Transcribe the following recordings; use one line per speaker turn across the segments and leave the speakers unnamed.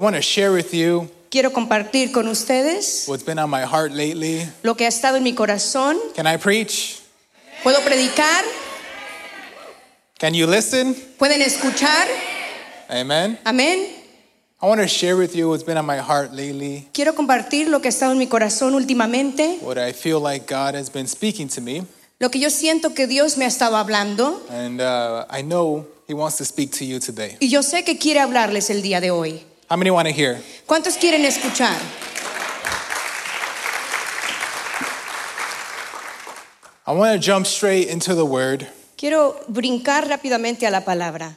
I want to share with you
Quiero compartir con ustedes
what's been on my heart lately.
lo que ha estado en mi corazón.
Can I preach?
¿Puedo predicar?
Can you listen?
¿Pueden escuchar?
Amen.
Amén.
I want to share with you what's been on my heart lately,
Quiero compartir lo que ha estado en mi corazón últimamente,
what I feel like God has been speaking to me.
lo que yo siento que Dios me ha estado hablando
And uh, I know He wants to speak to you today.
y yo sé que quiere hablarles el día de hoy.
How many want to hear?
¿Cuántos quieren escuchar?
I want to jump straight into the Word,
Quiero brincar rápidamente a la palabra,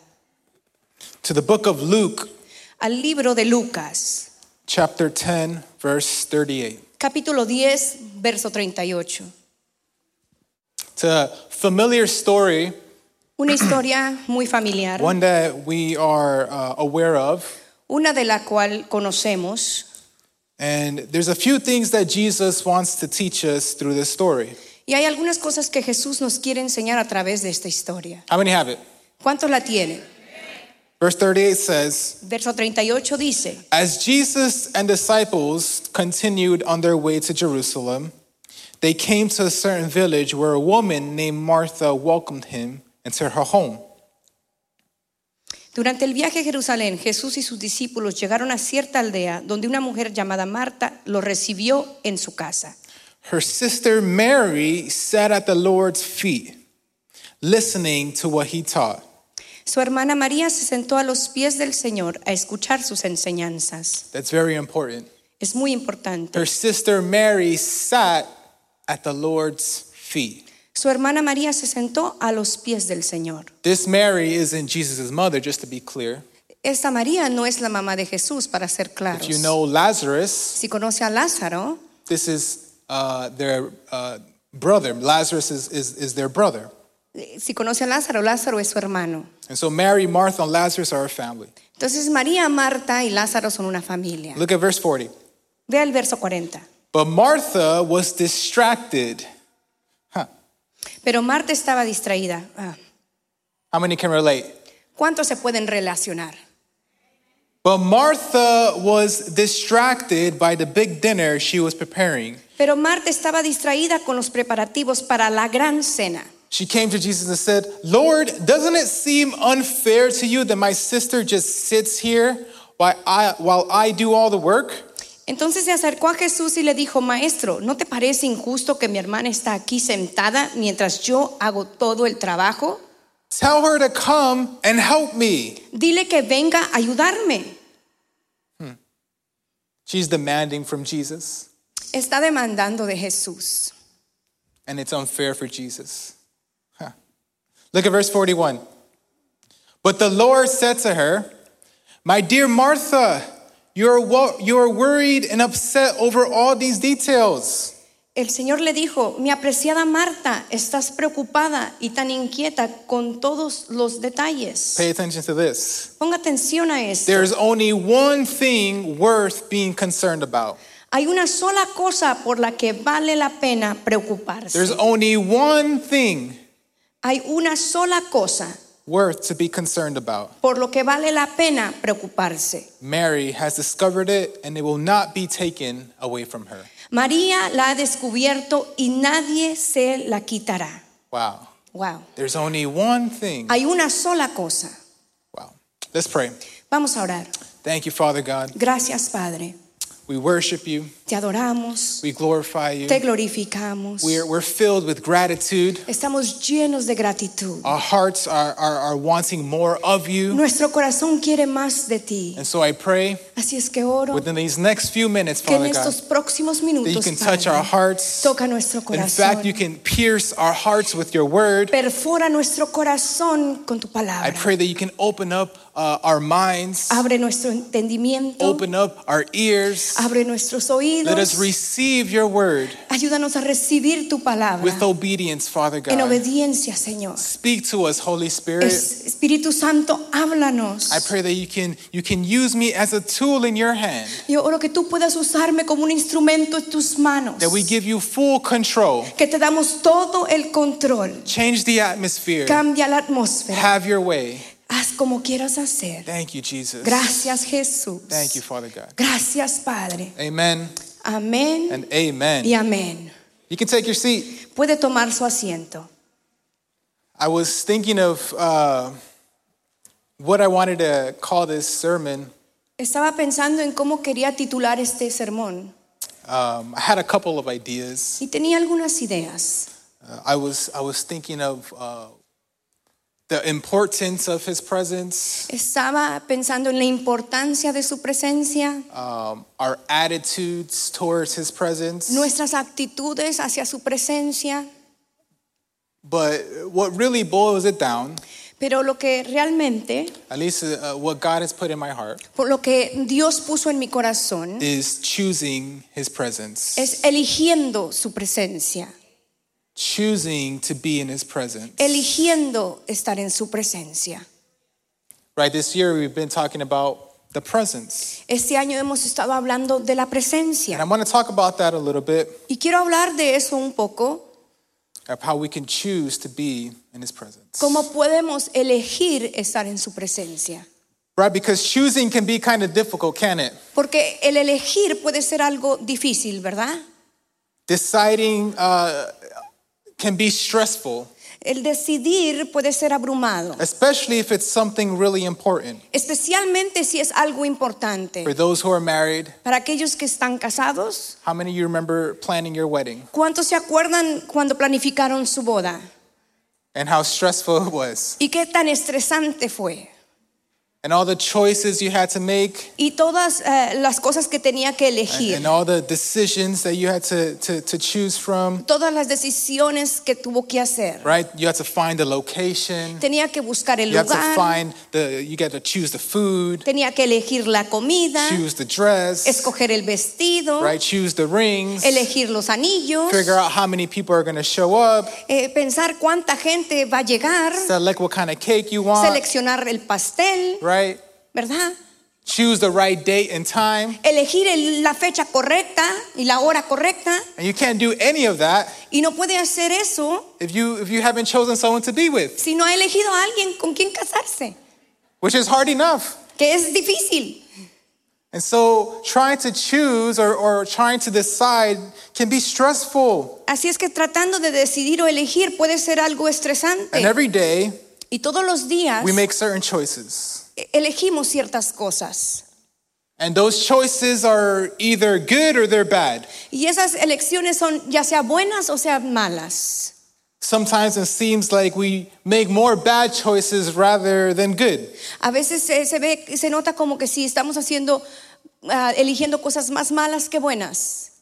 to the book of Luke,
al libro de Lucas,
chapter 10, verse 38.
capítulo 10, verso 38.
It's a familiar story,
Una historia muy familiar,
one that we are uh, aware of.
una de la cual conocemos.
And there's a few things that Jesus wants to teach us through this story.
Y hay algunas cosas que Jesús nos quiere enseñar a través de esta historia.
How many have it?
¿Cuántos la tienen?
Verse 38 says,
Verso 38 dice,
As Jesus and disciples continued on their way to Jerusalem, they came to a certain village where a woman named Martha welcomed him into her home.
durante el viaje a Jerusalén, Jesús y sus discípulos llegaron a cierta aldea donde una mujer llamada Marta lo recibió en su casa.
Her sister Mary sat at the Lord's feet, listening to what he taught.
Su hermana María se sentó a los pies del Señor a escuchar sus enseñanzas.
That's very important.
Es muy importante.
Her sister Mary sat at the Lord's feet.
Su hermana María se sentó a los pies del Señor.
This Mary isn't Jesus' mother, just to be clear.
Esta María no es la mamá de Jesús, para ser claros.
If you know Lazarus,
Si conoce a Lázaro,
this is uh, their uh, brother. Lazarus is, is, is their brother.
eh, si conoce a Lázaro, Lázaro es su hermano.
And so Mary, Martha, and Lazarus are a family.
Entonces María, Marta y Lázaro son una familia.
Look at verse 40.
Vea el verso 40.
But Martha was distracted. Huh.
Pero Marta estaba distraída. Ah,
How many can relate?
¿Cuántos se pueden relacionar?
But Martha was distracted by the big dinner she was preparing.
Pero Marta estaba distraída con los preparativos para la gran cena.
She came to Jesus and said, Lord, doesn't it seem unfair to you that my sister just sits here while I, while I do all the work?
Entonces se acercó a Jesús y le dijo, Maestro, ¿no te parece injusto que mi hermana está aquí sentada mientras yo hago todo el trabajo?
Tell her to come and help me.
Dile que venga a ayudarme.
She's demanding from Jesus,
Está demandando de Jesús.
and it's unfair for Jesus. Huh. Look at verse 41. But the Lord said to her, My dear Martha, you're, wo- you're worried and upset over all these details.
El Señor le dijo, mi apreciada Marta, estás preocupada y tan inquieta con todos los detalles.
Pay attention to this.
Ponga atención a esto.
There's only one thing worth being concerned about.
Hay una sola cosa por la que vale la pena preocuparse.
There's only one thing
Hay una sola cosa
worth to be concerned about.
por lo que vale la pena preocuparse.
Mary has discovered it, and it will not be taken away from her.
María la ha descubierto y nadie se la quitará.
Wow.
Wow.
There's only one thing.
Hay una sola cosa.
Wow. Let's pray.
Vamos a orar.
Thank you, Father God.
Gracias, Padre.
We worship you.
Te adoramos,
We glorify you.
te glorificamos.
We're, we're filled with gratitude.
Estamos llenos de gratitud.
Our hearts are, are, are wanting more of you.
Nuestro corazón quiere más de ti.
And so I pray
Así es que oro
within these next few minutes,
que en
Father God,
estos próximos
that you
minutos
can touch
Padre,
our hearts.
toca nuestro
In fact, you
corazón.
can pierce our hearts with your word.
Perfora nuestro corazón con tu
I
palabra.
pray that you can open up uh, our minds,
Abre nuestro entendimiento.
open up our ears.
Abre nuestros
Let us
oídos.
receive your word
Ayúdanos a recibir tu palabra
with obedience, Father
en
God.
obediencia, Señor.
Speak to us, Holy Spirit.
Es- Espíritu Santo, háblanos.
I pray that you can you can use me as a tool in your hand.
Yo oro que tú puedas usarme como un instrumento en tus manos.
That we give you full control.
Que te damos todo el control.
Change the atmosphere.
Cambia la atmósfera.
Have your way.
Haz como quieras hacer.
Thank you, Jesus.
Gracias Jesús.
Thank you, Father God.
Gracias Padre.
Amen
Amén
and amen.
y amén.
You can take your seat.
Puede tomar su asiento.
I was thinking of uh, what I wanted to call this sermon.
Estaba pensando en cómo quería titular este sermón
Um, I had a couple of ideas.
y tenía algunas ideas.
Uh, I was I was thinking of uh, the importance of His presence,
Estaba pensando en la importancia de su presencia,
um, our attitudes towards His presence.
nuestras actitudes hacia su presencia,
But what really boils it down,
pero lo que realmente,
at least uh, what God has put in my heart,
por lo que Dios puso en mi corazón,
is choosing His presence,
es eligiendo su presencia,
choosing to be in His presence.
eligiendo estar en su presencia.
Right this year, we've been talking about the presence,
Este año hemos estado hablando de la
and I
presencia
want to talk about that a little bit
y quiero hablar de eso un poco,
of how we can choose to be in His presence.
cómo podemos elegir estar en su presencia.
Right, because choosing can be kind of difficult, can it?
Porque el elegir puede ser algo difícil, ¿verdad?
Deciding uh, can be stressful,
El decidir puede ser abrumado,
especially if it's something really important.
especialmente si es algo importante.
For those who are married,
Para aquellos que están casados,
how many of you remember planning your wedding
¿cuántos se acuerdan cuando planificaron su boda?
and how stressful it was?
¿Y qué tan estresante fue?
And all the choices you had to make
Y todas eh, las cosas que tenía que
and, and
elegir,
all the decisions that you had to, to, to choose from,
todas las decisiones que tuvo que hacer.
right? You had to find the location,
Tenía que buscar el
you had to
lugar,
find the, you got to choose the food,
tenía que elegir la comida,
choose the dress,
escoger el vestido,
right? Choose the rings,
elegir los anillos,
figure out how many people are going to show up.
eh, pensar cuánta gente va a llegar,
select what kind of cake you want,
seleccionar el pastel,
right?
¿verdad?
Choose the right date and time.
Elegir el- la fecha correcta y la hora correcta.
And you can't do any of that
Y no puede hacer eso
if you if you haven't chosen someone to be with,
si no ha elegido a alguien con quien casarse,
which is hard enough.
que es difícil.
And so trying to choose or, or trying to decide can be stressful.
Así es que tratando de decidir o elegir puede ser algo
And
estresante.
every day
Y todos los días
we make certain choices.
E-, elegimos ciertas cosas.
And those choices are either good or they're bad.
Y esas elecciones son ya sea buenas o sean malas.
Sometimes it seems like we make more bad choices rather than good.
A veces se, se ve, se nota como que sí, estamos haciendo, ah, eligiendo cosas más malas que buenas.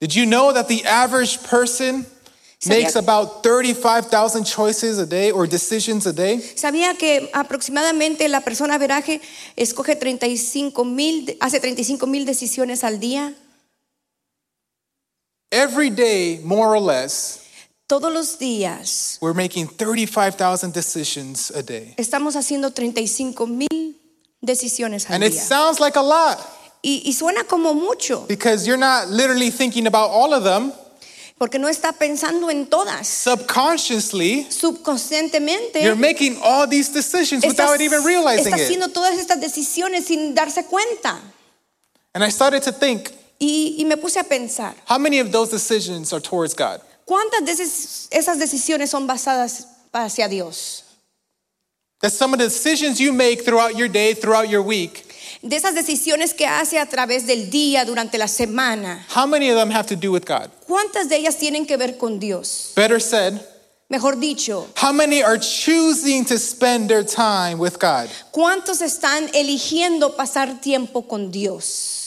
Did you know that the average person
Sabía-
makes about 35,000 choices a day or decisions a day?
Sabía que aproximadamente la persona veraje escoge 35 mil, hace 35 mil decisiones al día.
Every day, more or less,
Todos los días
we're making 35,000 decisions a day.
estamos haciendo 35 mil decisiones al
And it
día.
sounds like a lot
Y, y suena como mucho,
because you're not literally thinking about all of them.
porque no está pensando en todas.
Subconsciously,
Subconscientemente
you're making all these decisions
está,
without even realizing
está
it.
Eh? haciendo todas estas decisiones sin darse cuenta.
And I started to think
Y- y me puse a pensar.
how many of those decisions are towards God?
¿Cuántas de esas- esas decisiones son basadas hacia Dios?
That some of the decisions you make throughout your day, throughout your week,
De esas decisiones que hace a través del día, durante la semana,
How many of them have to do with God?
¿cuántas de ellas tienen que ver con Dios?
Better said,
Mejor dicho,
how many are choosing to spend their time with God?
¿cuántos están eligiendo pasar tiempo con Dios?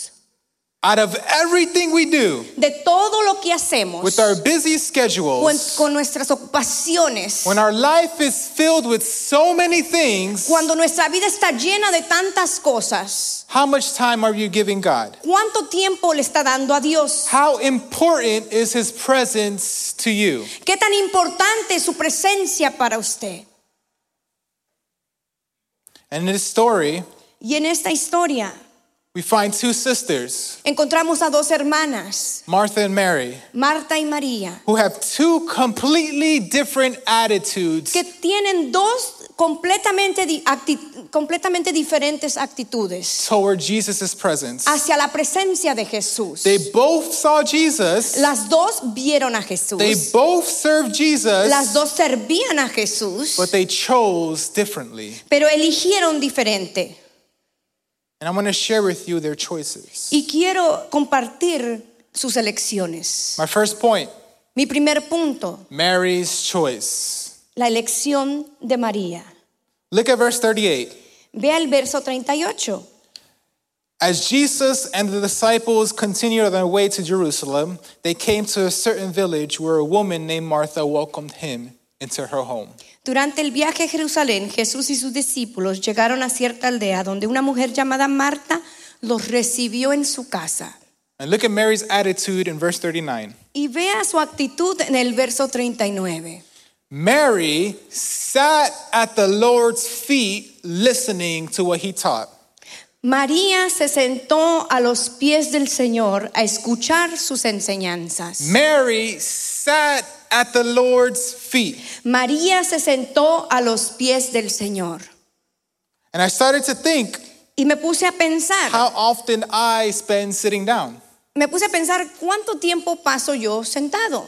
Out of everything we do,
De todo lo que hacemos,
with our busy
con,
schedules,
con nuestras ocupaciones,
when our life is filled with so many things,
cuando nuestra vida está llena de tantas cosas,
how much time are you giving God?
¿cuánto tiempo le está dando a Dios?
How important is His presence to you?
¿Qué tan importante es su presencia para usted?
And in this story,
Y en esta historia
we find two sisters,
encontramos a dos hermanas,
Martha and Mary,
Marta y María,
who have two completely different attitudes
que tienen dos completamente, di- acti- completamente diferentes actitudes
toward Jesus' presence.
hacia la presencia de Jesús.
They both saw Jesus.
Las dos vieron a Jesús.
They both served
Las
Jesus,
dos servían a Jesús,
but they chose differently.
pero eligieron diferente.
And I'm going to share with you their choices.
Y quiero compartir sus elecciones.
My first point
Mi primer punto,
Mary's choice.
la elección de María.
Look at verse 38.
Vea el verso 38.
As Jesus and the disciples continued on their way to Jerusalem, they came to a certain village where a woman named Martha welcomed him into her home.
Durante el viaje a Jerusalén, Jesús y sus discípulos llegaron a cierta aldea donde una mujer llamada Marta los recibió en su casa.
And look at Mary's attitude in verse 39.
Y vea su actitud en el verso 39.
Mary sat at the Lord's feet listening to what he taught.
María se sentó a los pies del Señor a escuchar sus enseñanzas.
Mary sat at the Lord's feet.
María se sentó a los pies del Señor.
And I started to think
Y me puse a pensar,
how often I spend sitting down.
me puse a pensar cuánto tiempo paso yo sentado.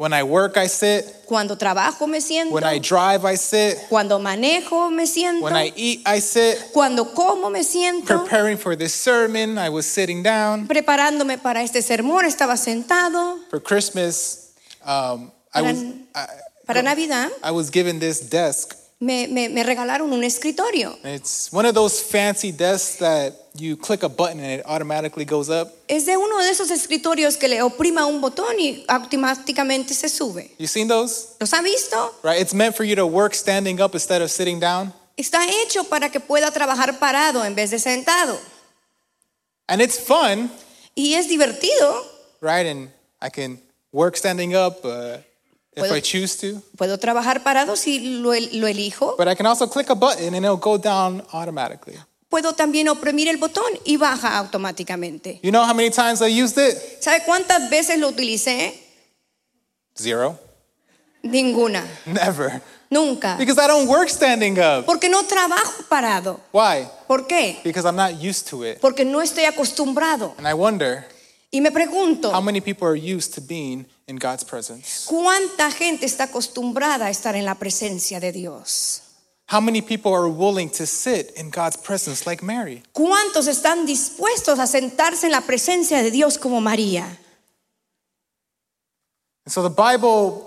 When I work, I sit.
Cuando trabajo me siento,
When I drive, I sit.
cuando manejo me siento,
When I eat, I sit.
cuando como me siento.
Preparing for this sermon, I was sitting down.
Preparándome para este sermón estaba sentado.
For Christmas, um, I, was, I,
Para Navidad
I was given this desk.
me, me- me regalaron un escritorio.
And It's one of those fancy desks that you click a button and it automatically goes up.
Es de uno de esos escritorios que le oprima un botón y automáticamente se sube.
You seen those?
¿Los ha visto?
Right? It's meant for you to work standing up instead of sitting down.
Está hecho para que pueda trabajar parado en vez de sentado.
And it's fun,
Y es divertido.
right? And I can work standing up uh, if
Puedo-
I choose to.
Puedo trabajar parado si lo, el- lo elijo.
But I can also click a button and it'll go down automatically.
Puedo también oprimir el botón y baja automáticamente.
You know how many times I used it?
¿Sabe cuántas veces lo utilicé?
Zero.
Ninguna.
Never.
Nunca.
Because I don't work standing up.
Porque no trabajo parado.
Why?
¿Por qué?
Because I'm not used to it.
Porque no estoy acostumbrado.
And I wonder
Y me
how
pregunto,
many people are used to being in God's presence.
¿cuánta gente está acostumbrada a estar en la presencia de Dios?
How many people are willing to sit in God's presence like Mary?
¿Cuántos están dispuestos a sentarse en la presencia de Dios como María?
And so the Bible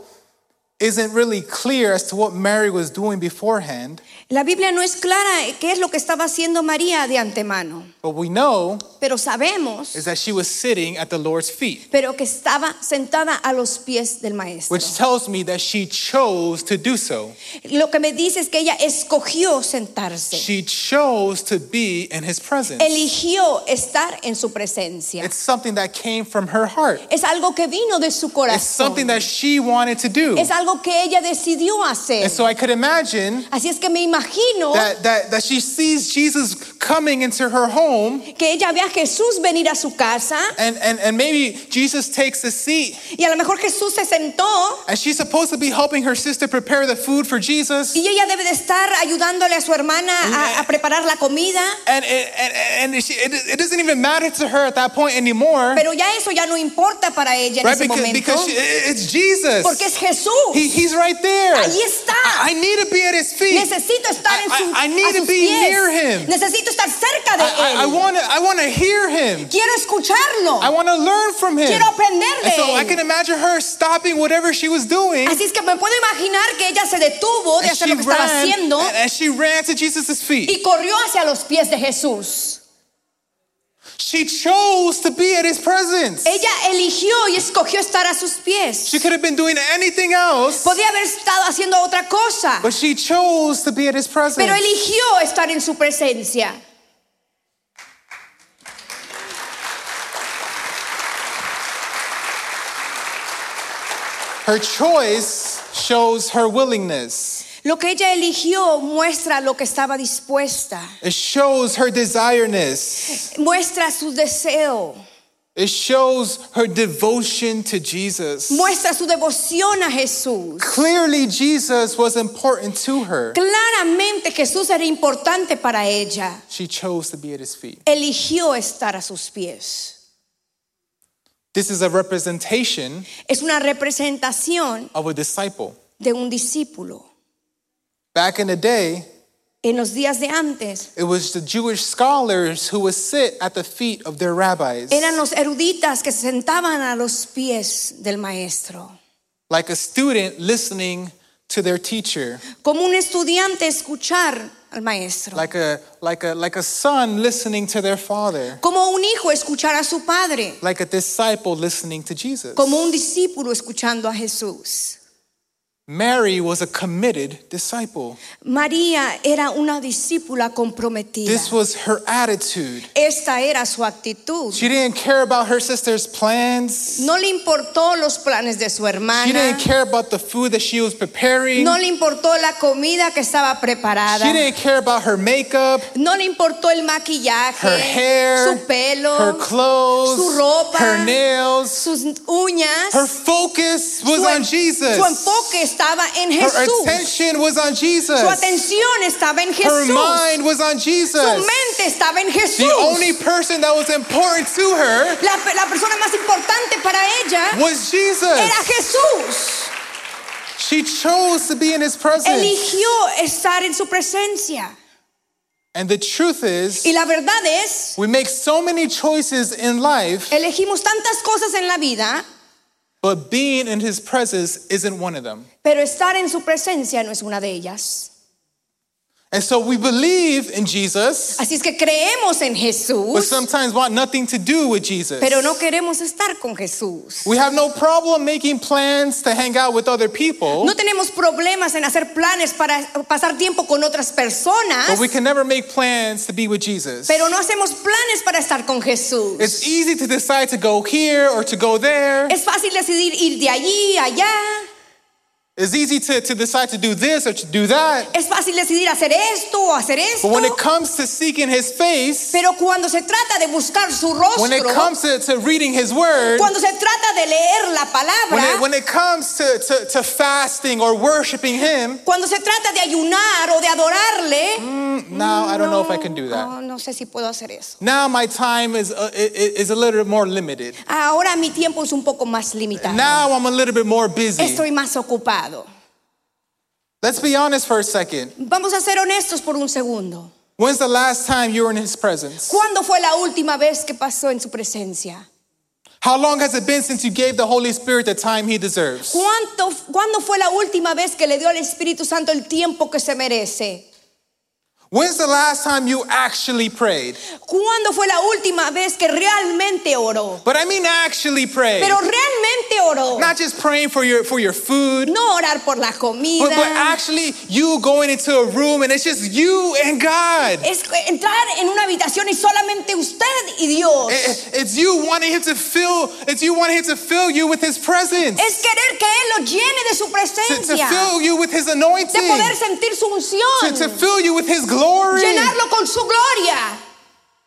isn't really clear as to what Mary was doing beforehand,
La Biblia no es clara eh, qué es lo que estaba haciendo María de antemano,
but we know
pero sabemos
is that she was sitting at the Lord's feet,
pero que estaba sentada a los pies del maestro.
which tells me that she chose to do so.
Lo que me dice es que ella escogió sentarse,
She chose to be in his presence.
eligió estar en su presencia.
It's something that came from her heart.
Es algo que vino de su
It's something
corazón.
that she wanted to do.
Es algo que ella decidió hacer.
And so I could imagine
Así es que me imagino
that, that, that she sees Jesus coming into her home,
que ella ve a Jesús venir a su casa
and, and, and maybe Jesus takes a seat
y a lo mejor Jesús se sentó
And she's supposed to be helping her sister prepare the food for Jesus.
y ella debe de estar ayudándole a su hermana a, a preparar la comida,
And, and, and, and she, it, it doesn't even matter to her at that point anymore.
pero ya eso ya no importa para ella en
Right?
ese
Because,
momento
because she, it- it's Jesus.
porque es Jesús.
He, he's right there.
Allí está.
I, I need to be at his feet.
Necesito estar en
I-
su,
I- I need
a
to
sus
be
pies.
near him.
Necesito estar cerca de
I,
él.
I, I want to I wanna hear him.
Quiero escucharlo.
I want to learn from him.
Quiero aprender de
and so I
él.
can imagine her stopping whatever she was doing.
Así es que me puedo imaginar que ella se detuvo de
and,
hacer
she
lo que estaba
ran,
haciendo
and, and she ran to Jesus' feet.
y corrió hacia los pies de Jesús.
She chose to be at his presence.
Ella eligió y escogió estar a sus pies.
She could have been doing anything else.
Podía haber estado haciendo otra cosa,
But she chose to be at his presence.
pero eligió estar en su presencia.
her choice shows her willingness.
Lo que ella eligió muestra lo que estaba dispuesta,
It shows her desireness.
muestra su deseo.
It shows her devotion to Jesus.
Muestra su devoción a Jesús.
Clearly, Jesus was important to her.
Claramente Jesús era importante para ella.
She chose to be at his feet.
Eligió estar a sus pies.
This is a representation
Es una representación
of a disciple.
de un discípulo.
Back in the day,
En los días de antes
it was the Jewish scholars who would sit at the feet of their rabbis,
eran los eruditas que se sentaban a los pies del maestro,
like a student listening to their teacher,
como un estudiante escuchar al maestro,
like a, like a, like a son listening to their father,
como un hijo escuchar a su padre,
like a disciple listening to Jesus.
como un discípulo escuchando a Jesús.
Mary was a committed disciple.
María era una discípula comprometida.
This was her attitude.
Esta era su actitud.
She didn't care about her sister's plans.
No le importó los planes de su
She didn't
hermana.
care about the food that she was preparing.
No le importó la comida que estaba preparada.
She didn't care about her makeup,
No le importó
her
el maquillaje,
hair,
su pelo,
her clothes,
su ropa,
her nails.
sus uñas.
Her focus was
su, en-
on Jesus.
su enfoque estaba en
Her
Jesús.
attention was on Jesus.
Su atención estaba en
Her
Jesús.
mind was on
Su
Jesus.
mente estaba en Jesús.
The only person that was important to her
La, pe- la persona más importante para ella
was
era
Jesus.
Jesús.
She chose to be in his presence.
Eligió estar en su presencia.
And the truth is,
Y la verdad es,
we make so many choices in life,
elegimos tantas cosas en la vida,
but being in his presence isn't one of them.
pero estar en su presencia no es una de ellas.
And so we believe in Jesus,
Así es que creemos en
but
Jesús,
sometimes want nothing to do with Jesus.
pero no queremos estar con Jesús.
We have no problem making plans to hang out with other people,
No tenemos problemas en hacer planes para pasar tiempo con otras personas,
but we can never make plans to be with Jesus.
pero no hacemos planes para estar con Jesús.
It's easy to decide to go here or to go there.
Es fácil decidir ir de allí a allá.
It's easy to, to decide to do this or to do that.
Es fácil decidir hacer esto o hacer esto.
But when it comes to seeking his face,
Pero cuando se trata de buscar su rostro,
when it comes to, to reading his word,
cuando se trata de leer la
when
palabra,
it, when it comes to, to, to fasting or worshiping him,
cuando se trata de ayunar o de adorarle,
Mm, now I don't know if I can do that.
no, no sé si puedo hacer eso.
Now my time is a, i- i- is a little bit more limited.
Ahora mi tiempo es un poco más limitado.
Now I'm a little bit more busy.
Estoy más ocupado.
Let's be honest for a second.
Vamos a ser honestos por un segundo.
When's the last time you were in his presence?
¿Cuándo fue la última vez que pasó en su presencia?
How long has it been since you gave the Holy Spirit the time he deserves?
¿Cuánto, ¿Cuándo fue la última vez que le dio al Espíritu Santo el tiempo que se merece?
When's the last time you actually prayed?
¿Cuándo fue la última vez que realmente oró?
But I mean actually prayed.
Pero realmente oró.
Not just praying for your for your food,
No orar por la
but, but
comida.
actually you going into a room and it's just you and God.
Es entrar en una habitación y solamente usted y Dios.
It- It's you wanting him to fill. It's you wanting him to fill you with his presence,
Es querer que Él lo llene de su
to, to
presencia.
fill you with his
De
anointing,
poder sentir su
to, to
unción.
fill you with his glory.
Llenarlo con su gloria.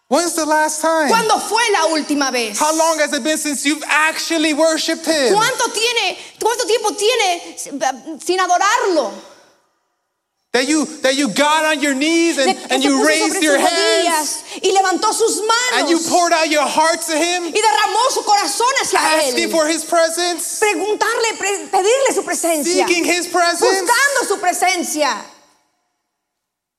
When's the last time?
¿Cuándo fue la última vez?
How long has it been since you've actually worshipped him?
¿Cuánto, tiene, ¿Cuánto tiempo tiene sin adorarlo?
That you that you got on your knees and,
De- que
and
se
you
puso
raised
sobre
your
sus
hands
rodillas y levantó sus
and you
manos.
poured out your heart to him,
y derramó su corazón hacia
asking
él.
for his presence,
Preguntarle, pre- pedirle su presencia.
seeking his presence.
Buscando su presencia.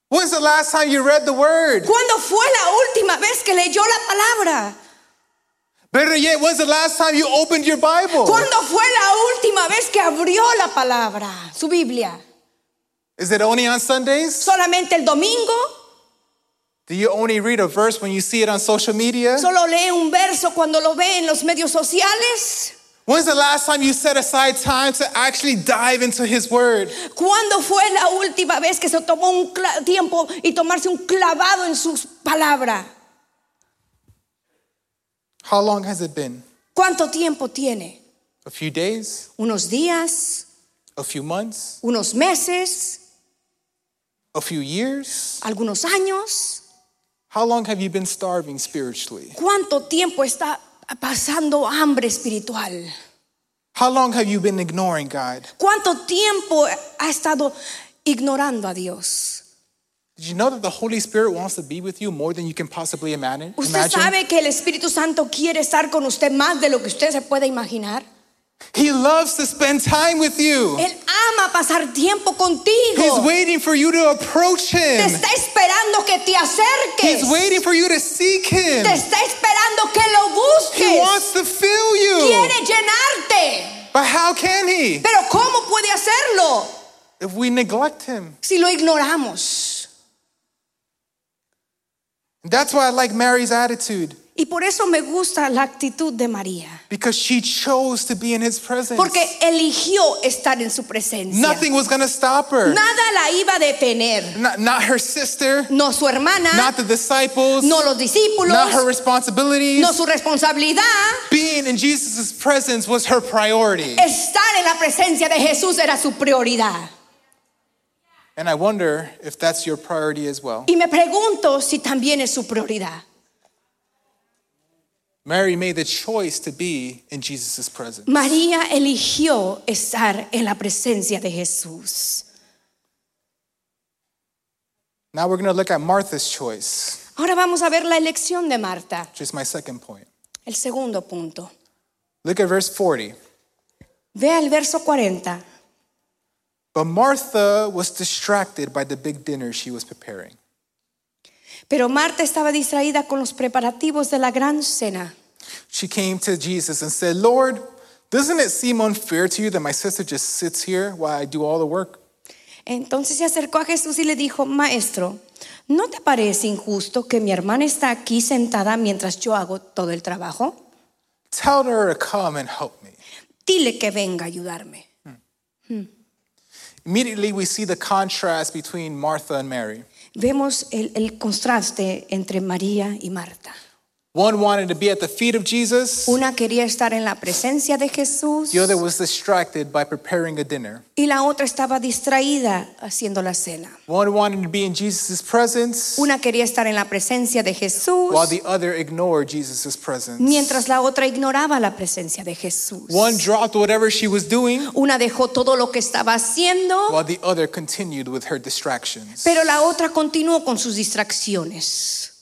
When's the last time you read the word?
¿Cuándo fue la última vez que leyó la palabra?
Better yet, when's the last time you opened your Bible?
¿Cuándo fue la última vez que abrió la palabra, su Biblia?
Is it only on Sundays?
¿Solamente el domingo?
Do you only read a verse when you see it on social media?
¿Solo lee un verso cuando lo ve en los medios sociales?
When's the last time you set aside time to actually dive into His Word?
¿Cuándo fue la última vez que se tomó un cla- tiempo y tomarse un clavado en sus palabras?
How long has it been?
¿Cuánto tiempo tiene?
A few days?
¿Unos días?
A few months?
unos meses,
A few years?
algunos años.
How long have you been starving spiritually?
¿Cuánto tiempo está pasando hambre espiritual?
How long have you been ignoring God?
¿Cuánto tiempo ha estado ignorando a Dios?
Did you know that the Holy Spirit wants to be with you more than you can possibly imagine?
¿Usted sabe que el Espíritu Santo quiere estar con usted más de lo que usted se puede imaginar?
He loves to spend time with you.
Él ama pasar tiempo
He's
contigo.
waiting for you to approach
Te
Him.
está esperando que te acerques.
He's waiting for you to seek Him.
Te está esperando que lo
He
busques.
wants to fill you.
Quiere llenarte.
But how can He
Pero ¿cómo puede hacerlo
if we neglect Him?
si lo ignoramos?
That's why I like Mary's attitude
Y por eso me gusta la actitud de María.
because she chose to be in His presence.
Porque eligió estar en su presencia.
Nothing was going to stop her.
Nada la iba a detener.
Not, not her sister,
No su hermana,
not the disciples,
no los discípulos,
not her responsibilities.
no su responsabilidad.
Being in Jesus' presence was her priority.
Eh. Estar en la presencia de Jesús era su prioridad.
And I wonder if that's your priority as well.
Y me pregunto si también es su prioridad.
Mary made the choice to be in Jesus' presence.
María eligió estar en la presencia de Jesús.
Now we're going to look at Martha's choice,
Ahora vamos a ver la elección de Marta,
which is my second point.
el segundo punto.
Look at verse 40.
Vea el verso 40.
But Martha was distracted by the big dinner she was preparing.
Pero Marta estaba distraída con los preparativos de la gran cena.
She came to Jesus and said, Lord, doesn't it seem unfair to you that my sister just sits here while I do all the work?
Entonces se acercó a Jesús y le dijo, Maestro, ¿no te parece injusto que mi hermana está aquí sentada mientras yo hago todo el trabajo?
Tell her to come and help me.
Dile que venga a ayudarme.
Immediately, we see the contrast between Martha and Mary.
Vemos el, el contraste entre María y Marta.
One wanted to be at the feet of Jesus,
Una quería estar en la presencia de Jesús
the other was distracted by preparing a dinner.
y la otra estaba distraída haciendo la cena.
One wanted to be in Jesus' presence,
Una quería estar en la presencia de Jesús
while the other ignored Jesus' presence.
mientras la otra ignoraba la presencia de Jesús.
One dropped whatever she was doing,
Una dejó todo lo que estaba haciendo,
while the other continued with her distractions.
pero la otra continuó con sus distracciones.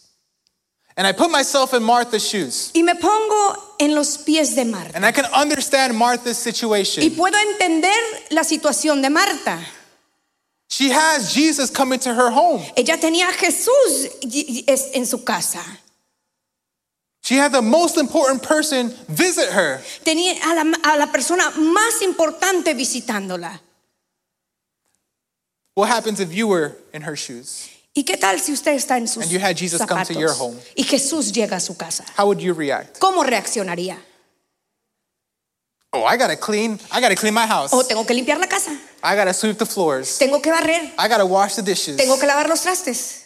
And I put myself in Martha's shoes,
Y me pongo en los pies de Marta.
and I can understand Martha's
Y
situation.
puedo entender la situación de Marta.
She has Jesus come into her home.
Ella tenía a Jesús y- y- es- en su casa.
She had the most important person visit her.
Tenía a la, a la persona más importante visitándola.
What happens if you were in her shoes?
¿Y qué tal si usted está en sus
And you had Jesus come to
zapatos
your home.
y Jesús llega a su casa?
How would you react?
¿Cómo reaccionaría?
Oh, I gotta clean. I gotta clean my house.
¿O tengo que limpiar la casa?
I gotta sweep the floors.
¿Tengo que barrer?
I gotta wash the dishes.
¿Tengo que lavar los trastes?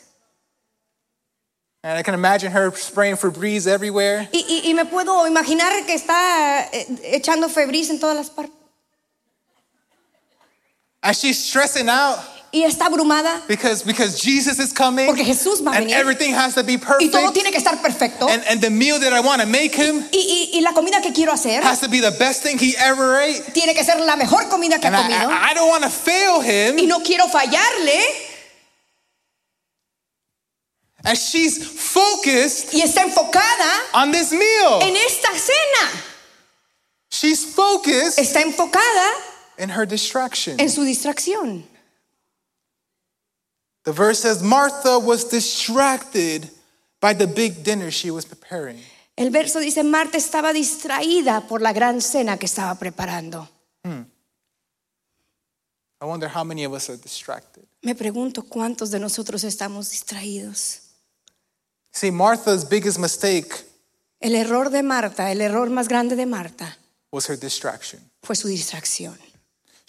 And I can imagine her spraying Febreze everywhere.
Y, y- y me puedo imaginar que está eh, echando febris en todas las partes.
And she's stressing out
Y está abrumada
because because Jesus is coming.
Porque Jesús va a
and
venir.
everything has to be
y todo
perfect.
tiene que estar perfecto.
And and the meal that I want to make him
Y, y- y la comida que quiero hacer
has to be the best thing he ever ate.
tiene que ser la mejor comida que he
And I,
comido.
I, I don't want to fail
Y
him.
no quiero fallarle.
And she's focused
Y está enfocada
on this meal.
en esta cena.
She's focused
Está enfocada
in her distraction.
en su distracción.
The verse says Martha was distracted by the big dinner she was preparing.
El verso dice, Marta estaba distraída por la gran cena que estaba preparando.
I wonder how many of us are distracted.
Me pregunto cuántos de nosotros estamos distraídos.
See, Martha's biggest mistake
El error de Marta, el error más grande de Marta
was her distraction.
fue su distracción.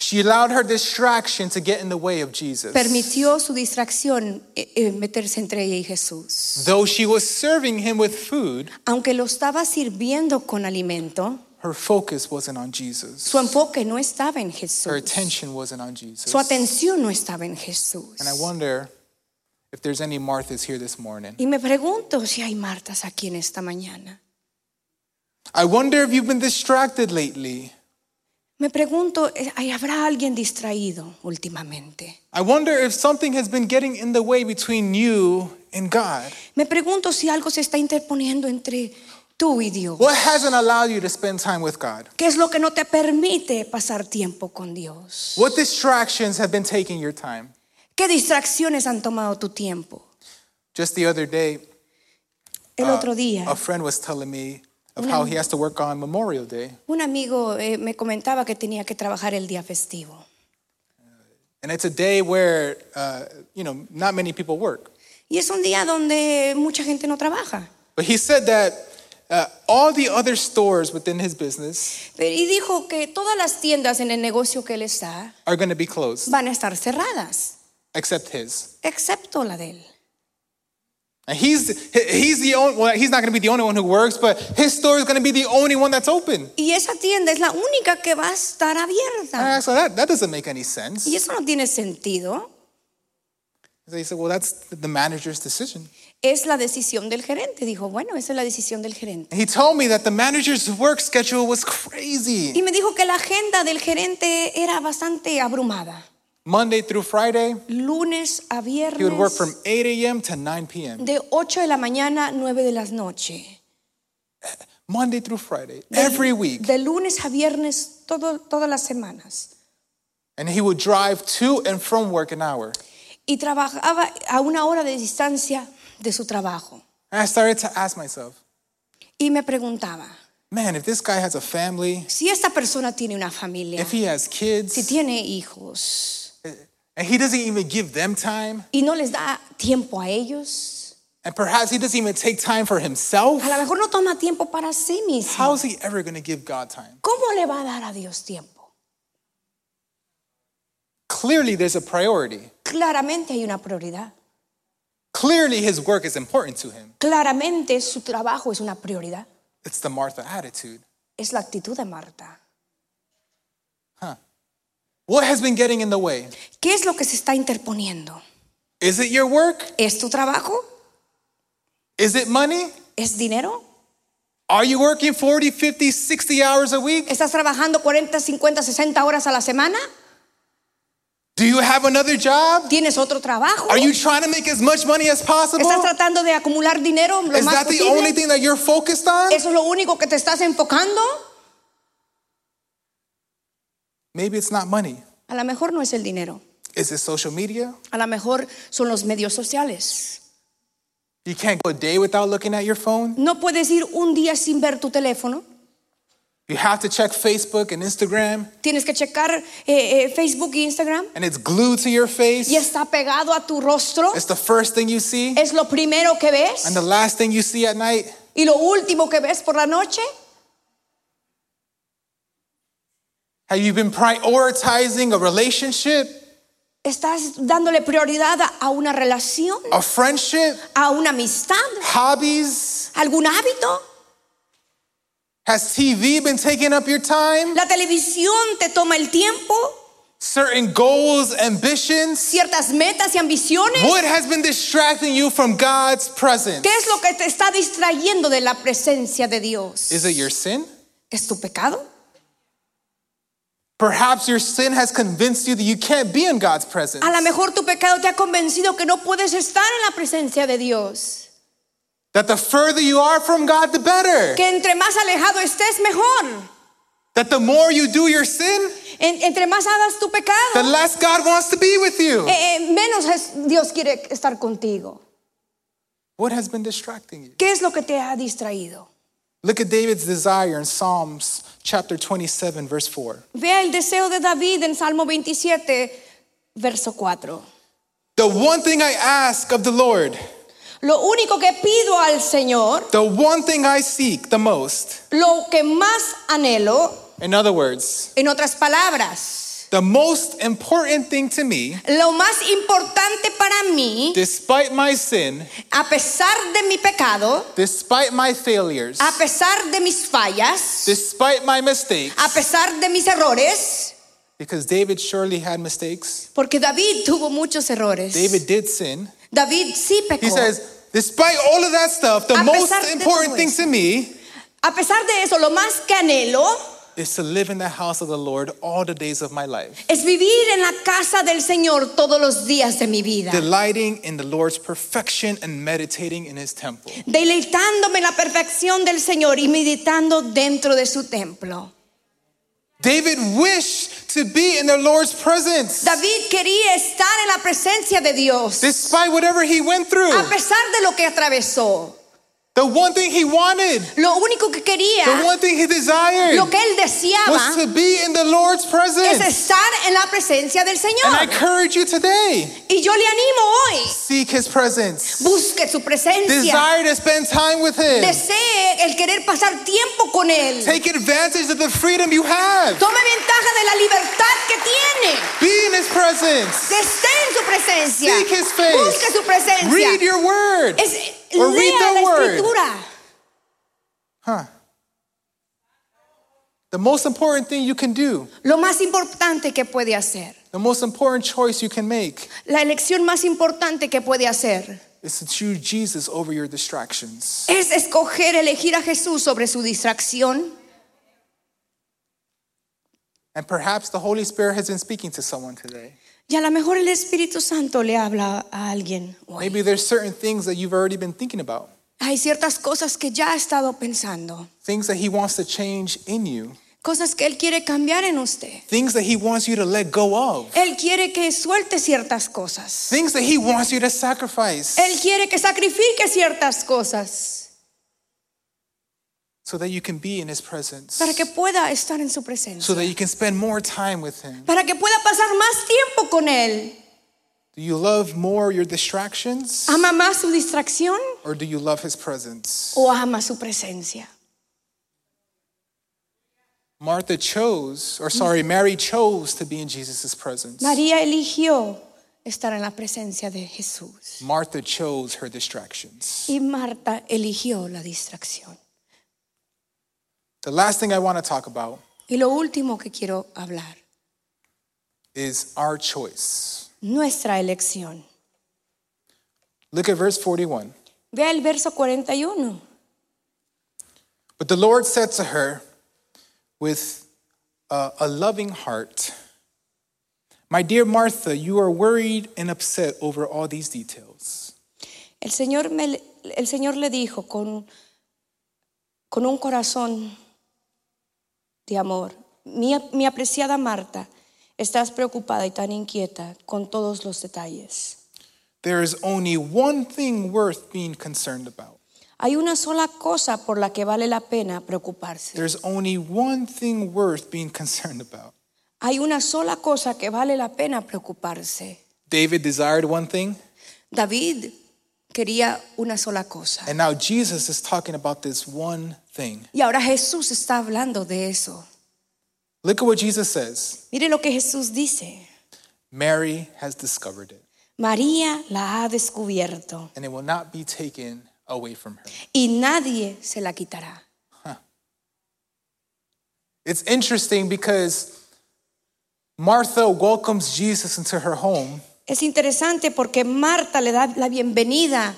She allowed her distraction to get in the way of Jesus.
Permitió su distracción eh, eh, meterse entre ella y Jesús.
Though she was serving him with food,
Aunque lo estaba sirviendo con alimento,
her focus wasn't on Jesus.
su enfoque no estaba en
Her
Jesús.
attention wasn't on Jesus.
Su atención no estaba en Jesús.
And I wonder if there's any Marthas here this morning.
Y me pregunto si hay Martas aquí en esta mañana.
I wonder if you've been distracted lately.
Me pregunto, eh, ¿hay- ¿habrá alguien distraído últimamente?
I wonder if something has been getting in the way between you and God.
Me pregunto si algo se está interponiendo entre tú y Dios.
What hasn't allowed you to spend time with God?
¿Qué es lo que no te permite pasar tiempo con Dios?
What distractions have been taking your time?
¿Qué distracciones han tomado tu tiempo?
Just the other day,
El
uh,
otro día,
a friend was telling me of how he has to work on Memorial Day.
un amigo eh, me comentaba que tenía que trabajar el día festivo.
And it's a day where, uh, you know, not many people work.
Y es un día donde mucha gente no trabaja.
But he said that uh, all the other stores within his business
Pero- Y dijo que todas las tiendas en el negocio que él está
are going to be closed,
van a estar cerradas,
except his.
excepto la de él.
And he's, he- he's the only, well, he's not going to be the only one who works, but his store is going to be the only one that's open.
Y esa tienda es la única que va a estar
And
abierta.
I asked, well, that, that doesn't make any sense.
Y eso no tiene sentido.
So he said, well, that's the manager's decision.
Es la decisión del gerente. Dijo, bueno, esa es la decisión del gerente.
And he told me that the manager's work schedule was crazy.
Y me dijo que la agenda del gerente era bastante abrumada.
Monday through Friday,
Lunes a
he would work from
viernes,
8 a.m. to 9 p.m.
de 8 de la mañana a 9 de la noche.
Monday through Friday,
De-
every week.
De lunes a viernes, todo- todas las semanas.
And he would drive to and from work an hour.
y trabajaba a una hora de distancia de su trabajo.
And I started to ask myself,
Y me preguntaba,
man, if this guy has a family,
si esta persona tiene una familia,
if he has
si
kids,
tiene hijos
and he doesn't even give them time,
y no les da tiempo a ellos,
and perhaps he doesn't even take time for himself,
a lo mejor no toma tiempo para sí
how
mismo,
is he ever going to give God time?
¿cómo le va a dar a Dios tiempo?
Clearly, there's a priority.
Claramente hay una prioridad.
Clearly, his work is important to him.
Claramente su trabajo es una prioridad.
It's the Martha attitude.
Es la actitud de Marta.
What has been getting in the way?
¿Qué es lo que se está interponiendo?
Is it your work?
¿Es tu trabajo?
Is it money?
¿Es dinero?
Are you working 40, 50, 60 hours a week?
¿Estás trabajando 40, 50, 60 horas a la semana?
Do you have another job?
¿Tienes otro trabajo?
Are you trying to make as much money as possible?
¿Estás tratando de acumular dinero lo
Is
más
that the only
posible?
thing that you're focused on?
¿Eso es lo único que te estás enfocando?
Maybe it's not money.
A lo mejor no es el dinero.
Is it social media?
A lo mejor son los medios sociales.
You can't go a day without looking at your phone.
No puedes ir un día sin ver tu teléfono.
You have to check Facebook and Instagram,
Tienes que checar eh, eh, Facebook e Instagram.
and it's glued to your face.
Y está pegado a tu rostro.
It's the first thing you see,
Es lo primero que ves.
and the last thing you see at night.
Y lo último que ves por la noche.
Have you been prioritizing a relationship,
Estás dándole prioridad a- a una relación,
a friendship,
a una amistad,
hobbies?
algún hábito.
Has TV been taking up your time?
La televisión te toma el tiempo,
Certain goals, ambitions?
ciertas metas y ambiciones.
What has been distracting you from God's presence?
¿Qué es lo que te está distrayendo de la presencia de Dios?
Is it your sin?
¿Es tu pecado?
Perhaps your sin has convinced you that you can't be in God's presence.
A lo mejor tu pecado te ha convencido que no puedes estar en la presencia de Dios.
That the further you are from God, the better.
Que entre más alejado estés, mejor.
That the more you do your sin,
En- entre más hagas tu
the
pecado,
less God wants to be with you.
eh, eh, menos es- Dios quiere estar contigo.
What has been distracting you?
¿Qué es lo que te ha distraído?
Look at David's desire in Psalms chapter 27, verse 4.
Vea el deseo de David en Salmo 27, verso 4.
The one thing I ask of the Lord,
Lo único que pido al Señor
the one thing I seek the most.
Lo que más anhelo,
In other words,
en otras palabras,
the most important thing to me,
lo más importante para mí,
despite my sin,
a pesar de mi pecado,
despite my failures,
a pesar de mis fallas,
despite my mistakes,
a pesar de mis errores,
because David surely had mistakes.
porque David tuvo muchos errores.
David did sin.
David sí pecó.
He says, despite all of that stuff, the
A
most
pesar de todo
important thing
eso.
to me
A pesar de eso, lo más que anhelo
is to live in the house of the Lord all the days of my life,
es vivir en la casa del Señor todos los días de mi vida,
delighting in the Lord's perfection and meditating in his temple.
deleitándome en la perfección del Señor y meditando dentro de su templo.
David wished to be in the Lord's presence
David quería estar en la presencia de Dios,
despite whatever he went through.
a pesar de lo que atravesó.
The one thing he wanted,
Lo único que
the
quería,
one thing he desired
lo que él deseaba,
was to be in the Lord's
es
presence.
estar en la presencia del
And I
Señor.
encourage you today,
Y yo le animo hoy,
seek his presence.
busque su presencia,
Desire to spend time with him.
desee el querer pasar tiempo con Él.
Take advantage of the freedom you have.
Tome ventaja de la libertad que tiene.
Be in his presence.
Esté en su presencia.
Seek his face.
Busque su presencia.
Read your word.
Es-
Or read
lea
the
la
word.
escritura.
Huh. The most important thing you can do,
Lo más importante que puede hacer,
the most important choice you can make,
la elección más importante que puede hacer,
is to choose Jesus over your distractions.
es escoger, elegir a Jesús sobre su distracción.
And perhaps the Holy Spirit has been speaking to someone today.
Y a lo mejor el Espíritu Santo le habla a alguien. hoy.
Maybe there's certain things that you've already been thinking about,
Hay ciertas cosas que ya ha estado pensando,
things that He wants to change in you,
cosas que Él quiere cambiar en usted.
things that He wants you to let go of,
Él quiere que suelte ciertas cosas.
things that He wants you to sacrifice
Él quiere que sacrifique ciertas cosas
so that you can be in His presence,
para que pueda estar en su presencia,
so that you can spend more time with Him.
para que pueda pasar más tiempo con Él.
Do you love more your distractions
¿Ama más su distracción
or do you love His presence?
o ama su presencia?
Martha chose, or sorry, Mary chose to be in Jesus' presence.
María eligió estar en la presencia de Jesús
Martha chose her distractions.
y Marta eligió la distracción.
The last thing I want to talk about
Y lo último que quiero hablar,
is our choice.
nuestra elección.
Look at verse 41.
Vea el verso 41.
But the Lord said to her with a, a loving heart, My dear Martha, you are worried and upset over all these details.
El Señor, me- el Señor le dijo con, con un corazón de amor, mi, mi apreciada Marta, estás preocupada y tan inquieta con todos los detalles.
There is only one thing worth being concerned about.
Hay una sola cosa por la que vale la pena preocuparse.
There's only one thing worth being concerned about.
Hay una sola cosa que vale la pena preocuparse.
David desired one thing,
David quería una sola cosa.
and now Jesus is talking about this one thing.
Y ahora Jesús está hablando de eso.
Look at what Jesus says
Mire lo que Jesús dice.
Mary has discovered it,
María la ha descubierto.
and it will not be taken away from her.
y nadie se la quitará.
It's interesting because Martha welcomes Jesus into her home,
Es interesante porque Marta le da la bienvenida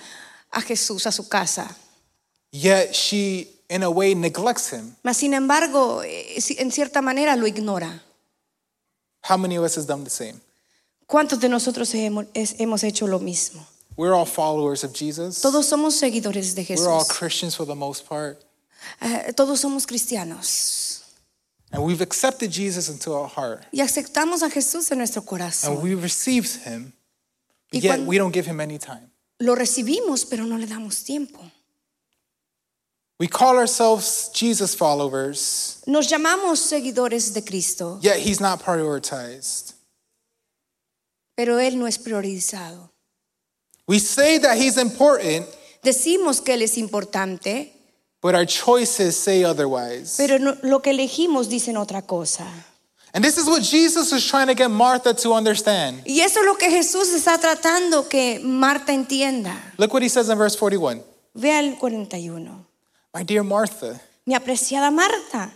a Jesús a su casa.
yet she, in a way, neglects him.
Mas sin embargo, eh, si- en cierta manera lo ignora.
How many of us has done the same?
¿Cuántos de nosotros hemos, es- hemos hecho lo mismo?
We're all followers of Jesus.
Todos somos seguidores de Jesús.
We're all Christians for the most part.
Eh, todos somos cristianos.
And we've accepted Jesus into our heart.
Y aceptamos a Jesús en nuestro
And
corazón.
we received him,
Y
yet
cuan-
we don't give him any time.
Lo recibimos, pero no le damos tiempo.
We call ourselves Jesus followers,
Nos llamamos seguidores de Cristo,
yet he's not prioritized.
pero Él no es priorizado.
We say that he's important,
Decimos que Él es importante,
but our choices say otherwise.
Pero no- lo que elegimos dicen otra cosa.
And this is what Jesus is trying to get Martha to understand.
Y eso es lo que Jesús está tratando que Marta entienda.
Look what he says in verse 41.
Vea el 41.
My dear Martha,
Mi apreciada Marta,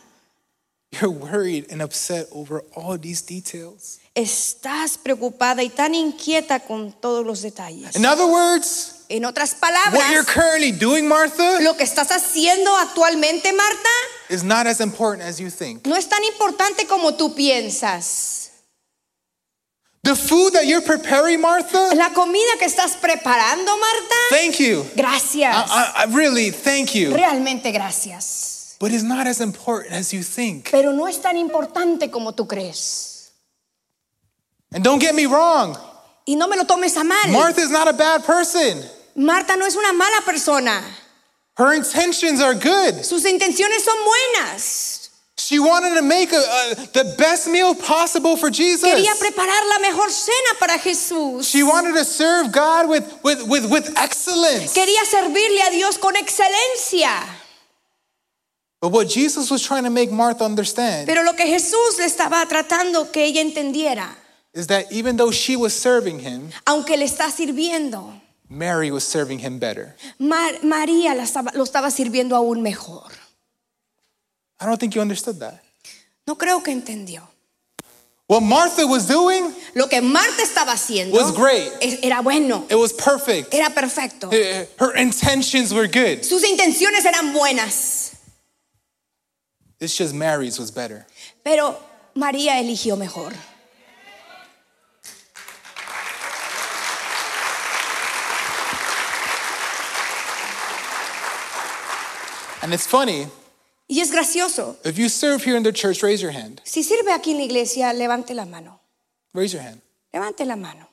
you're worried and upset over all these details.
estás preocupada y tan inquieta con todos los detalles.
In other words,
En otras
What you're
palabras,
currently doing, Martha,
lo que estás haciendo actualmente, Marta,
is not as important as you think.
no es tan importante como tú piensas.
The food that you're preparing, Martha,
La comida que estás preparando, Marta,
thank you.
gracias.
I, I, I really thank you.
Realmente gracias.
But it's not as important as you think.
Pero no es tan importante como tú crees.
And don't get me wrong,
Y no me lo tomes a mal.
Martha is not a bad person.
Marta no es una mala persona.
Her intentions are good.
Sus intenciones son buenas.
She wanted to make a, a, the best meal possible for Jesus.
Quería preparar la mejor cena para Jesús.
She wanted to serve God with, with, with, with excellence.
Quería servirle a Dios con excelencia.
But what Jesus was trying to make Martha understand
Pero lo que Jesús le estaba tratando que ella entendiera,
is that even though she was serving him,
aunque le está sirviendo,
Mary was serving him better.
Mar- María la estaba- lo estaba sirviendo aún mejor.
I don't think you understood that.
No creo que entendió.
What Martha was doing,
Lo que Marta estaba haciendo
Was great.
e- era bueno,
it was perfect.
era perfecto.
Eh, Her intentions were good.
Sus intenciones eran buenas,
It's just Mary's was better.
pero María eligió mejor.
And it's funny,
Y es gracioso.
if you serve here in the church, raise your hand.
Si sirve aquí en la iglesia, levante la mano.
Raise your hand.
Levante la mano.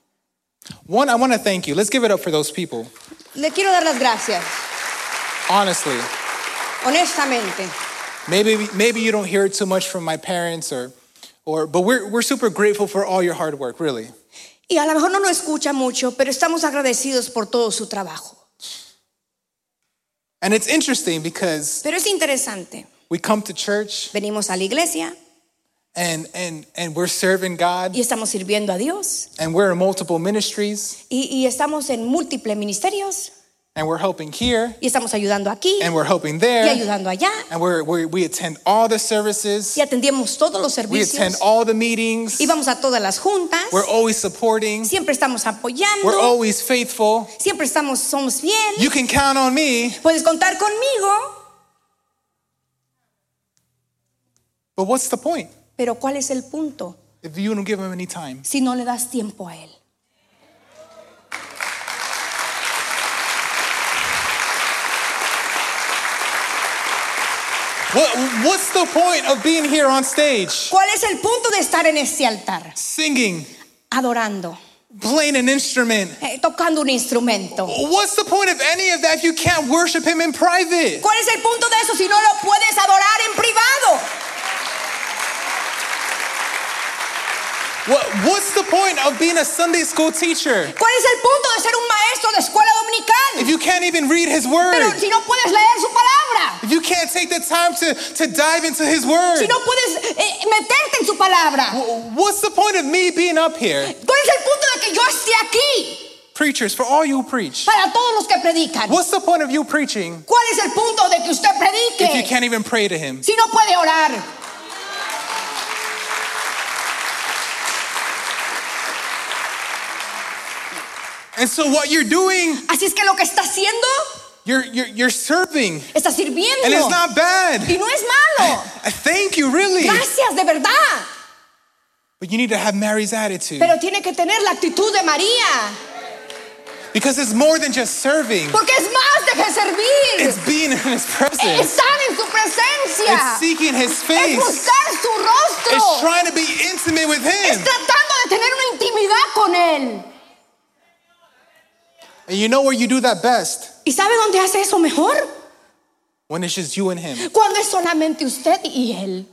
One, I want to thank you. Let's give it up for those people.
Le quiero dar las gracias,
Honestly,
honestamente.
maybe maybe you don't hear it too much from my parents or or but we're we're super grateful for all your hard work, really.
Y a lo mejor no nos escucha mucho, pero estamos agradecidos por todo su trabajo.
And it's interesting because
Pero es interesante.
we come to church
Venimos a la iglesia
and and and we're serving God
y estamos sirviendo a Dios
and we're in multiple ministries
y, y estamos en múltiples ministerios
and we're helping here
y estamos ayudando aquí
and we're helping
y
there
ayudando allá
and we're, we we attend all the services,
y atendemos todos los
we attend
servicios
all the meetings,
y vamos a todas las juntas.
we're always supporting,
Siempre estamos
we're
apoyando,
always faithful.
siempre estamos somos fiel.
You can count on me.
Puedes contar conmigo,
But what's the point
pero ¿cuál es el punto
if you don't give him any time?
si no le das tiempo a él?
What, what's the point of being here on stage,
¿Cuál es el punto de estar en este altar?
singing,
Adorando,
playing an instrument?
eh, tocando un instrumento.
What's the point of any of that if you can't worship him in private?
¿Cuál es el punto de eso si no lo puedes adorar en privado?
What, what's the point of being a Sunday school teacher
¿Cuál es el punto de ser un maestro de escuela
if
dominical?
you can't even read his
Pero
word?
si no puedes leer su palabra,
If you can't take the time to, to dive into his
si
word?
no puedes eh, meterte en su palabra, ¿cuál
What's the point of me being up here?
es el punto de que yo esté aquí
Preachers, for all you who preach,
para todos los que predican?
what's the point of you preaching
¿Cuál es el punto de que usted
if you
predique
can't even pray to him?
si no puede orar?
And so what you're doing,
Así es que lo que está haciendo,
you're, you're, you're serving,
está
and it's
sirviendo.
not bad.
Y no es malo.
Thank you, really.
Gracias, de verdad.
But you need to have Mary's attitude.
Pero tiene que tener la actitud de María.
Because it's more than just serving,
Porque es más de que servir.
it's being in His presence,
Estar en su presencia.
it's seeking His
Es
face,
buscar su rostro.
it's trying to be intimate with
Es
Him.
tratando de tener una intimidad con Él.
And you know where you do that best?
¿Y sabe dónde hace eso mejor?
When it's just you and Him.
Cuando es solamente usted y Él.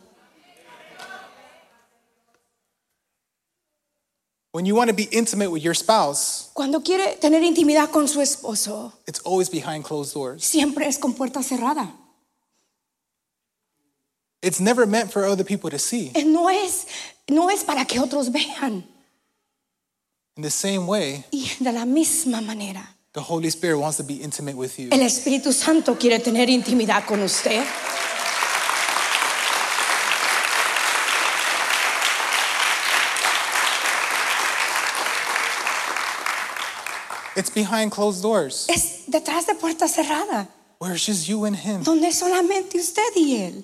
When you want to be intimate with your spouse,
Cuando quiere tener intimidad con su esposo,
it's always behind closed doors.
siempre es con puerta cerrada.
It's never meant for other people to see.
Eh, No es, no es para que otros vean.
In the same way,
Y de la misma manera,
the Holy Spirit wants to be intimate with you.
el Espíritu Santo quiere tener intimidad con usted.
It's behind closed doors
Es detrás de puerta cerrada,
where it's just you and Him,
donde es solamente usted y Él,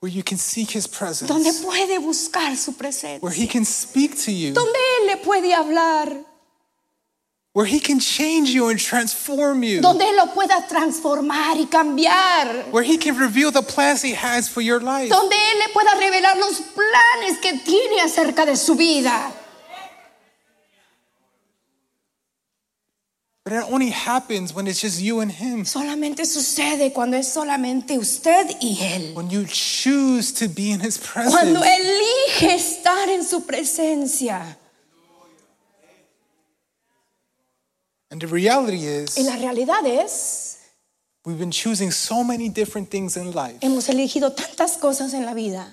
where you can seek His
donde
presence,
puede buscar su presencia,
where He can speak to you,
donde Él le puede hablar,
where He can change you and transform you,
donde Él lo pueda transformar y cambiar,
where He can reveal the plans He has for your life.
donde Él le pueda revelar los planes que tiene acerca de su vida.
But it only happens when it's just you and Him,
Solamente sucede cuando es solamente usted y Él.
when you choose to be in His
Cuando
presence.
elige estar en su presencia.
And the reality
Y
is,
la realidad es,
we've been choosing so many different things in life,
hemos elegido tantas cosas en la vida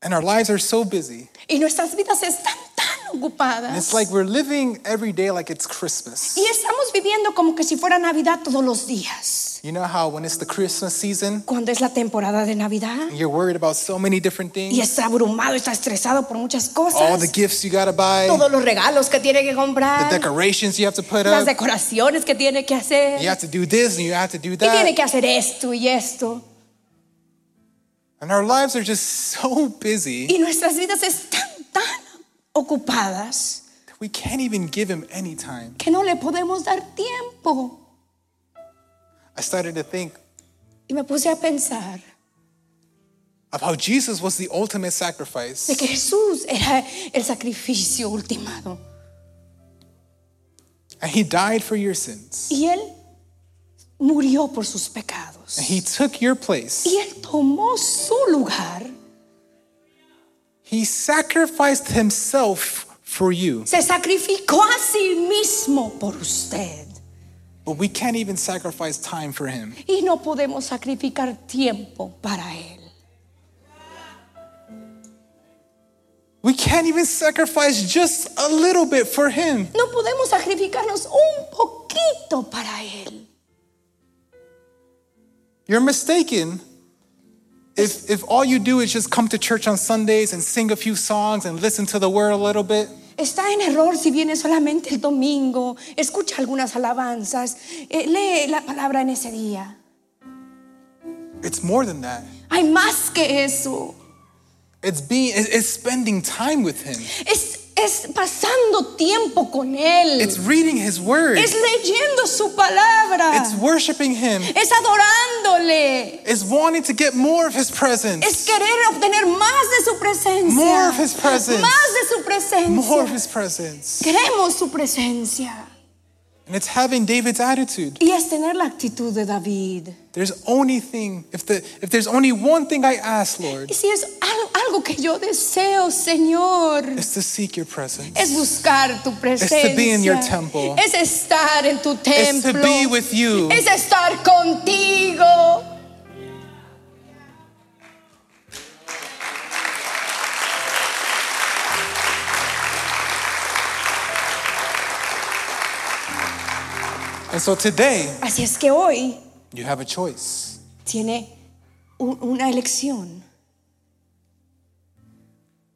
and our lives are so busy.
y nuestras vidas están tan
And it's
ocupadas.
like we're living every day like it's Christmas.
Y estamos viviendo como que si fuera Navidad todos los días.
You know how when it's the Christmas season,
Cuando es la temporada de Navidad
and you're worried about so many different
y
things,
está abrumado, está estresado por muchas
all the
cosas,
gifts you gotta buy,
todos los regalos que tiene que
the
comprar,
decorations you have to put
las
up,
decoraciones que tiene que hacer.
you have to do this and you have to do
Y
that.
tiene que hacer esto y esto.
And our lives are just so busy
Y nuestras vidas están tan ocupadas
that we can't even give him any time.
que no le podemos dar tiempo.
I started to think
Y me puse a pensar
of how Jesus was the ultimate
de
sacrifice.
que Jesús era el sacrificio ultimado.
And he died for your sins.
Y Él murió por sus pecados.
And he took your place.
Y Él tomó su lugar,
He sacrificed himself for you.
se sacrificó a sí mismo por usted.
But we can't even sacrifice time for him.
Y no podemos sacrificar tiempo para Él.
We can't even sacrifice just a little bit for him.
No podemos sacrificarnos un poquito para Él.
You're mistaken if, if all you do is just come to church on Sundays and sing a few songs and listen to the word a little bit.
Está en error si viene solamente el domingo, escucha algunas alabanzas, eh, lee la palabra en ese día.
It's more than that.
Hay más que eso.
It's being it's, it's spending time with him.
Es, es pasando tiempo con Él.
It's reading his word.
es leyendo su palabra.
It's worshiping him.
es adorándole.
It's wanting to get more of his
Es
presence.
querer obtener más de su presencia.
More of his presence.
Más de su presencia.
More of his presence.
Queremos su presencia.
And it's having David's attitude.
Y es tener la actitud de David.
There's only thing if the if there's only one thing I ask, Lord,
Y si es al- algo que yo deseo, Señor.
is to seek your presence.
Es buscar tu presencia.
be in your temple.
Es estar en tu
It's
templo.
to be with you.
Es estar contigo.
And so today,
Así es que hoy
you have a choice.
tiene u- una elección.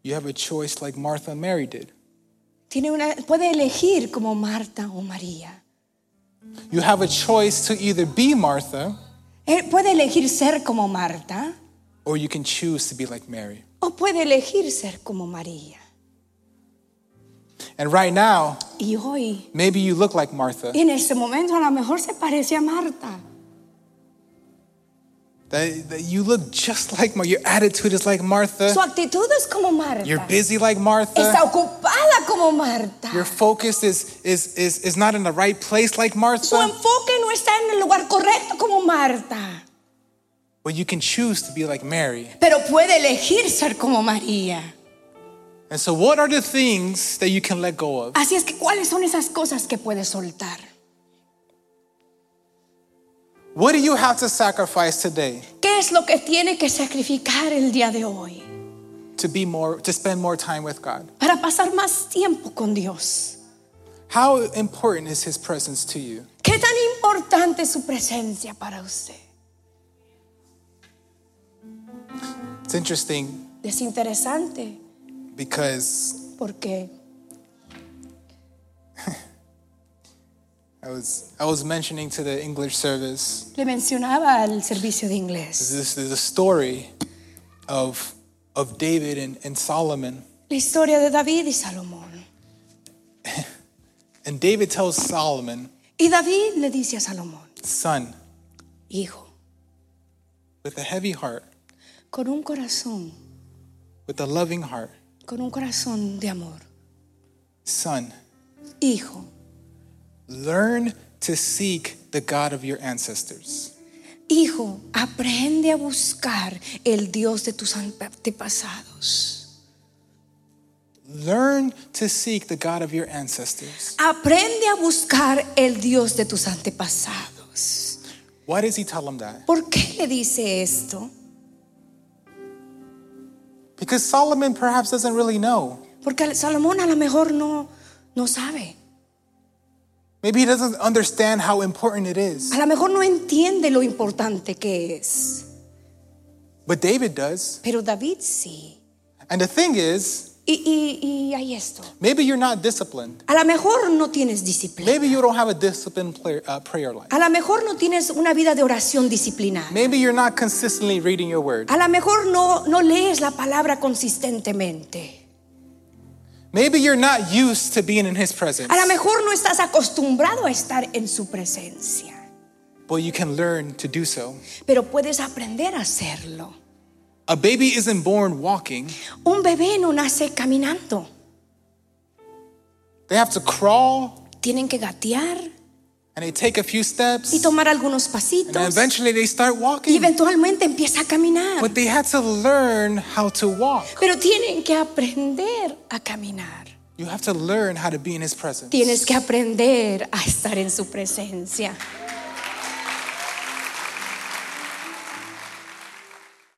You have a choice like Martha and Mary did.
Tiene una, puede elegir como Marta o María.
You have a choice to either be Martha
Él Eh, puede elegir ser como Marta
or you can choose to be like Mary.
o puede elegir ser como María.
And right now,
Y hoy,
maybe you look like Martha.
en este momento, a lo mejor se parece a Marta.
That, that you look just like Martha. Your attitude is like Martha.
Su actitud es como
You're
Marta.
busy like
Está
Martha.
ocupada como Marta.
Your focus is, is, is, is not in the right place like
Su
Martha.
enfoque no está en el lugar correcto como Marta,
But you can choose to be like Mary.
pero puede elegir ser como María.
And so, what are the things that you can let go of?
Así es que, ¿cuáles son esas cosas que puedes soltar?
What do you have to sacrifice today
¿Qué es lo que tiene que sacrificar el día de hoy
to be more, to spend more time with God?
para pasar más tiempo con Dios?
How important is His presence to you?
¿Qué tan importante es su presencia para usted?
It's interesting
Es interesante
because
porque
I was, I was mentioning to the English service,
Le mencionaba al servicio de inglés
this is a story of, of David and, and Solomon.
la historia de David y Salomón.
And David tells Solomon,
Y David le dice a Salomón,
son,
hijo,
with a heavy heart,
con un corazón,
with a loving heart,
con un corazón de amor,
son,
hijo,
learn to seek the God of your ancestors.
hijo, aprende a buscar el Dios de tus antepasados.
Learn to seek the God of your ancestors.
Aprende a buscar el Dios de tus antepasados.
Why does he tell him that?
¿Por qué le dice esto?
Because Solomon perhaps doesn't really know.
Porque Salomón a lo mejor no, no sabe.
Maybe he doesn't understand how important it is.
A lo mejor no entiende lo importante que es.
But David does.
Pero David sí.
And the thing is,
Y, y, y hay esto.
maybe you're not disciplined.
A lo mejor no tienes disciplina.
Maybe you don't have a disciplined prayer, uh, prayer life.
A lo mejor no tienes una vida de oración disciplinada.
Maybe you're not consistently reading your word.
A lo mejor no, no lees la palabra consistentemente.
Maybe you're not used to being in his presence.
A lo mejor no estás acostumbrado a estar en su presencia.
But you can learn to do so.
Pero puedes aprender a hacerlo.
A baby isn't born walking,
Un bebé no nace caminando.
they have to crawl
Tienen que gatear
and they take a few
y
steps.
tomar algunos
And
pasitos.
eventually Pues- they start
Y
walking.
eventualmente empieza a caminar.
But they had to learn how to walk.
Pero tienen que aprender a caminar.
You have to learn how to be in his presence.
Tienes que aprender a estar en su presencia.